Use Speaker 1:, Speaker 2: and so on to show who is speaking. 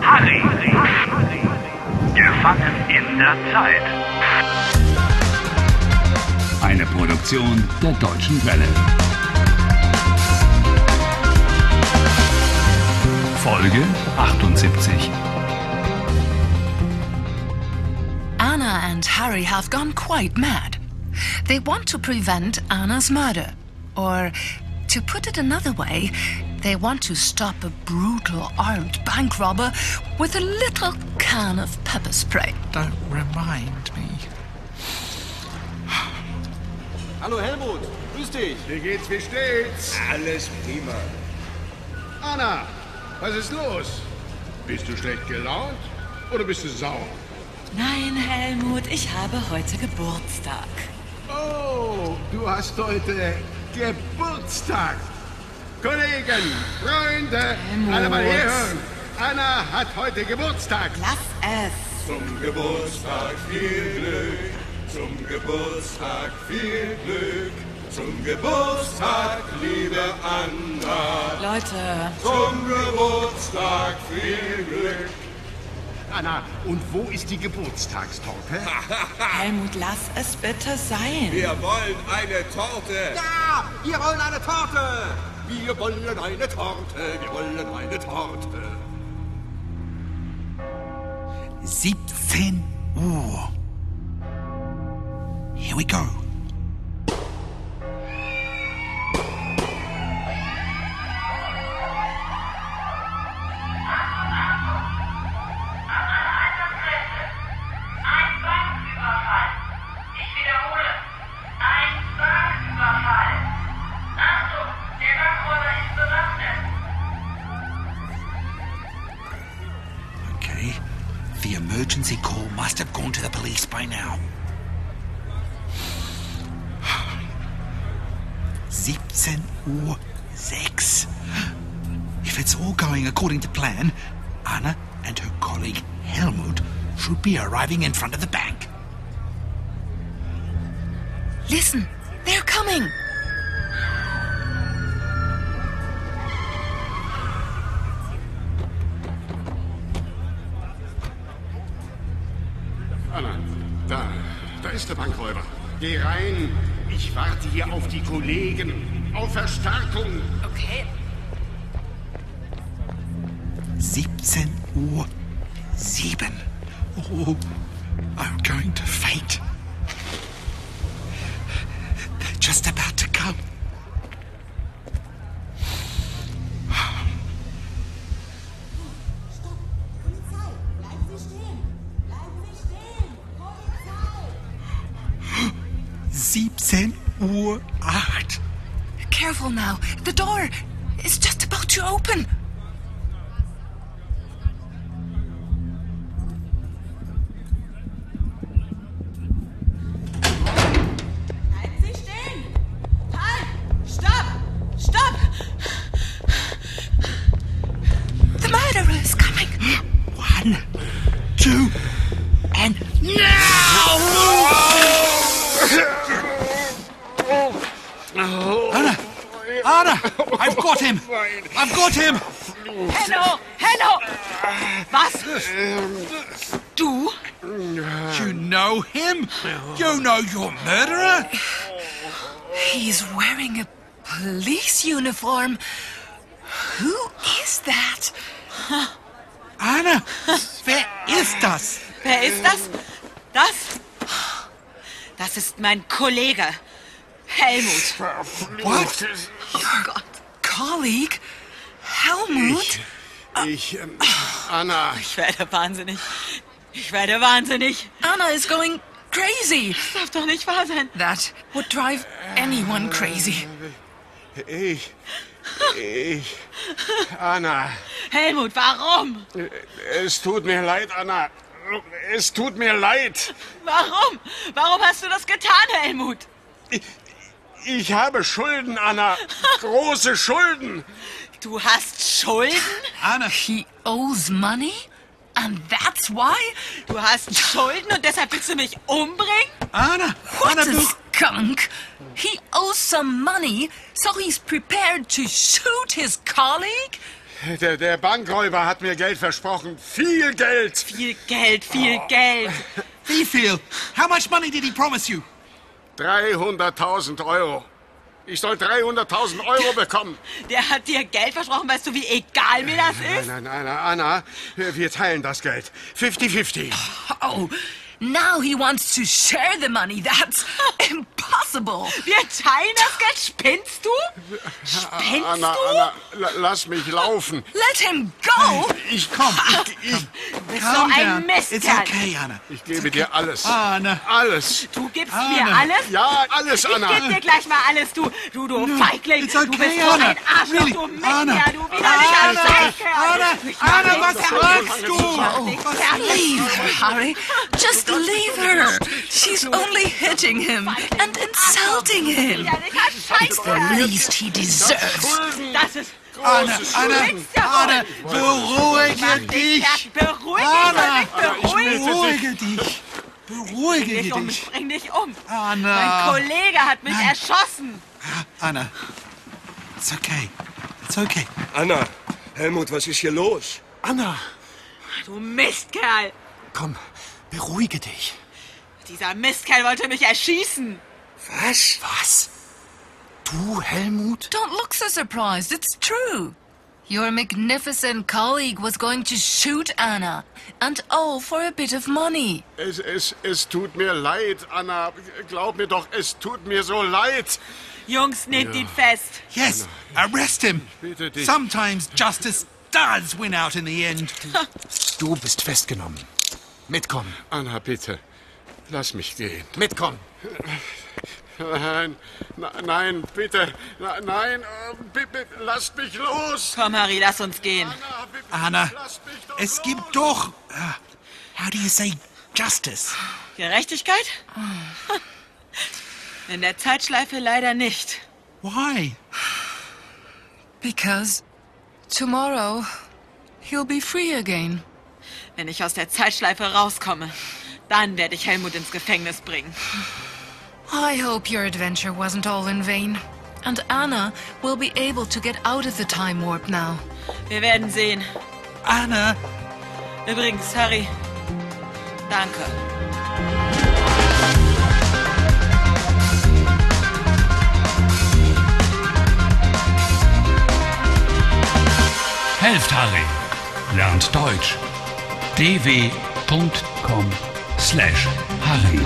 Speaker 1: Harry. Gefangen in der Zeit.
Speaker 2: Eine Produktion der Deutschen Welle. Folge 78.
Speaker 3: Anna and Harry have gone quite mad. They want to prevent Anna's murder. Or, to put it another way, they want to stop a brutal armed bank robber with a little can of pepper spray.
Speaker 4: Don't remind me.
Speaker 5: Hallo Helmut, grüß dich.
Speaker 6: Wie geht's, wie steht's?
Speaker 5: Alles prima.
Speaker 6: Anna, was ist los? Bist du schlecht gelaunt oder bist du sauer?
Speaker 7: Nein, Helmut, ich habe heute Geburtstag.
Speaker 6: Oh, du hast heute Geburtstag. Kollegen, Freunde,
Speaker 7: Helmut.
Speaker 6: alle mal herhören. Anna hat heute Geburtstag.
Speaker 7: Lass es.
Speaker 6: Zum Geburtstag viel Glück, zum Geburtstag viel Glück, zum Geburtstag, liebe Anna,
Speaker 7: Leute,
Speaker 6: zum Geburtstag viel Glück. Anna, und wo ist die Geburtstagstorte?
Speaker 7: Helmut, lass es bitte sein.
Speaker 5: Wir wollen eine Torte. Ja, wir wollen eine Torte. Wir wollen eine Torte. Wir wollen eine Torte.
Speaker 4: 17 Uhr. Here we go.
Speaker 8: Ein Banküberfall. Ich wiederhole. Ein Banküberfall. Achtung, der Bankräuber ist bewaffnet.
Speaker 4: Okay. The emergency call must have gone to the police by now. 17 Uhr 6. If it's all going according to plan, Anna and her colleague Helmut should be arriving in front of the bank.
Speaker 3: Listen, they're coming.
Speaker 6: Anna, Ah, da, da ist der Bankräuber. Geh rein. Ich warte hier auf die Kollegen. Auf Verstärkung.
Speaker 4: 17 Uhr 7. Oh, I'm going to faint. They're just about to come.
Speaker 9: Stopp! Polizei! Bleiben Sie stehen! Bleiben Sie stehen! Polizei!
Speaker 4: 17 Uhr 8.
Speaker 3: Careful now. The door is just about to open.
Speaker 9: Bleiben Sie stehen! Halt! Stopp! Stopp!
Speaker 3: The murderer is coming.
Speaker 4: One, two, and now! Anna! Anna! I've got him! I've got him!
Speaker 7: Hello, hello. Was? Du?
Speaker 4: You know him? You know your murderer?
Speaker 3: He's wearing a police uniform. Who is that?
Speaker 4: Anna, wer ist das?
Speaker 7: Wer ist das? Das? Das ist mein Kollege. Helmut.
Speaker 4: What?
Speaker 3: Colleague? Helmut?
Speaker 6: Ich, ähm, Anna,
Speaker 7: Ich werde wahnsinnig. Ich werde wahnsinnig.
Speaker 3: Anna is going crazy.
Speaker 7: Das darf doch nicht wahr sein.
Speaker 3: That would drive anyone crazy.
Speaker 6: ich, ich, Anna.
Speaker 7: Helmut, warum?
Speaker 6: Es tut mir leid, Anna. Es tut mir leid.
Speaker 7: Warum? Warum hast du das getan, Helmut?
Speaker 6: Ich habe Schulden, Anna. Große Schulden.
Speaker 7: Du hast Schulden?
Speaker 4: Anna,
Speaker 3: He owes money? And that's why?
Speaker 7: Du hast Schulden und deshalb willst du mich umbringen?
Speaker 4: Anna,
Speaker 3: What
Speaker 4: Anna,
Speaker 3: a
Speaker 4: du,
Speaker 3: skunk! He owes some money, so he's prepared to shoot his colleague?
Speaker 6: Der, der Bankräuber hat mir Geld versprochen. Viel Geld.
Speaker 7: Viel Geld, viel
Speaker 6: Oh.
Speaker 7: Geld.
Speaker 4: Wie viel? How much money did he promise you?
Speaker 6: 300.000 Euro. Ich soll 300.000 Euro bekommen.
Speaker 7: Der hat dir Geld versprochen, weißt du, wie egal mir das
Speaker 6: Nein,
Speaker 7: ist?
Speaker 6: nein, nein, Anna, wir teilen das Geld. 50-50.
Speaker 3: Oh, now he wants to share the money. That's impossible.
Speaker 7: Wir teilen das Geld, spinnst du? Spinnst
Speaker 6: Anna,
Speaker 7: du?
Speaker 6: Anna, la- lass mich laufen.
Speaker 3: Let him go.
Speaker 6: Ich komm. Ich, ich,
Speaker 7: Bist so
Speaker 4: Calm
Speaker 7: ein
Speaker 4: down. It's
Speaker 7: Mistkerl.
Speaker 4: okay, Anna.
Speaker 6: ich gebe dir alles.
Speaker 4: Anna.
Speaker 6: Alles.
Speaker 7: Du gibst
Speaker 4: Ah,
Speaker 7: mir
Speaker 4: ne.
Speaker 7: alles?
Speaker 6: Ja, alles,
Speaker 7: Ah. Ich
Speaker 6: Anna.
Speaker 7: geb dir gleich mal alles, du, du, du Feigling.
Speaker 4: it's
Speaker 7: du
Speaker 4: okay,
Speaker 7: bist so
Speaker 4: Anna.
Speaker 7: ein Arschloch,
Speaker 4: Really,
Speaker 7: du Mistkerl,
Speaker 4: Anna.
Speaker 7: du widerlicher
Speaker 4: Anna,
Speaker 7: Scheißkerl.
Speaker 4: Anna,
Speaker 7: Ich mach
Speaker 4: Anna,
Speaker 7: dich
Speaker 4: was
Speaker 7: fertig.
Speaker 4: sagst du? Oh,
Speaker 7: Ich mach dich
Speaker 4: Was
Speaker 7: fertig.
Speaker 3: Leave her, Harry. Just leave her. She's only hitting him and insulting him.
Speaker 7: Widerlicher Scheißkerl.
Speaker 3: Least he deserves.
Speaker 6: Schulden.
Speaker 7: Das ist...
Speaker 4: Anna, Anna,
Speaker 7: willst ja
Speaker 4: Anna,
Speaker 7: wohl.
Speaker 4: beruhige dich.
Speaker 7: fertig. Beruhig
Speaker 4: Anna,
Speaker 7: dich, Mann,
Speaker 6: ich
Speaker 7: beruhig dich.
Speaker 4: Beruhige dich. Beruhige
Speaker 7: Dich um, ich
Speaker 4: dich.
Speaker 7: bring dich um.
Speaker 4: Anna.
Speaker 7: Mein Kollege hat mich erschossen.
Speaker 4: Anna. It's okay. It's okay.
Speaker 5: Anna, Helmut, was ist hier los?
Speaker 4: Anna.
Speaker 7: Du Mistkerl.
Speaker 4: Komm, beruhige dich.
Speaker 7: Dieser Mistkerl wollte mich erschießen.
Speaker 5: Was?
Speaker 4: Was? Du, Helmut?
Speaker 3: Don't look so surprised. It's true. Your magnificent colleague was going to shoot Anna, and all for a bit of money.
Speaker 6: Es, es, es tut mir leid, Anna. Glaub mir doch, es tut mir so leid.
Speaker 7: Jungs, nehmt ihn fest.
Speaker 4: Yes, arrest him.
Speaker 6: Bitte dich.
Speaker 4: Sometimes justice does win out in the end.
Speaker 10: Du bist festgenommen. Mitkommen,
Speaker 6: Anna, bitte. Lass mich gehen.
Speaker 10: mitkommen.
Speaker 6: Nein, na- nein, bitte. Na- Nein, äh, bi- bi- lasst mich los.
Speaker 7: Komm, Harry, lass uns gehen.
Speaker 6: Anna, bi-
Speaker 4: Anna,
Speaker 6: lasst mich doch
Speaker 4: es
Speaker 6: los.
Speaker 4: gibt doch. ah, How do you say justice?
Speaker 7: Gerechtigkeit? In der Zeitschleife leider nicht.
Speaker 4: Why?
Speaker 3: Because tomorrow he'll be free again.
Speaker 7: Wenn ich aus der Zeitschleife rauskomme, dann werde ich Helmut ins Gefängnis bringen.
Speaker 3: I hope your adventure wasn't all in vain. And Anna will be able to get out of the time warp now.
Speaker 7: Wir werden sehen.
Speaker 4: Anna.
Speaker 7: Übrigens, Harry, danke.
Speaker 2: Helft Harry. Lernt Deutsch. dw.com slash Harry.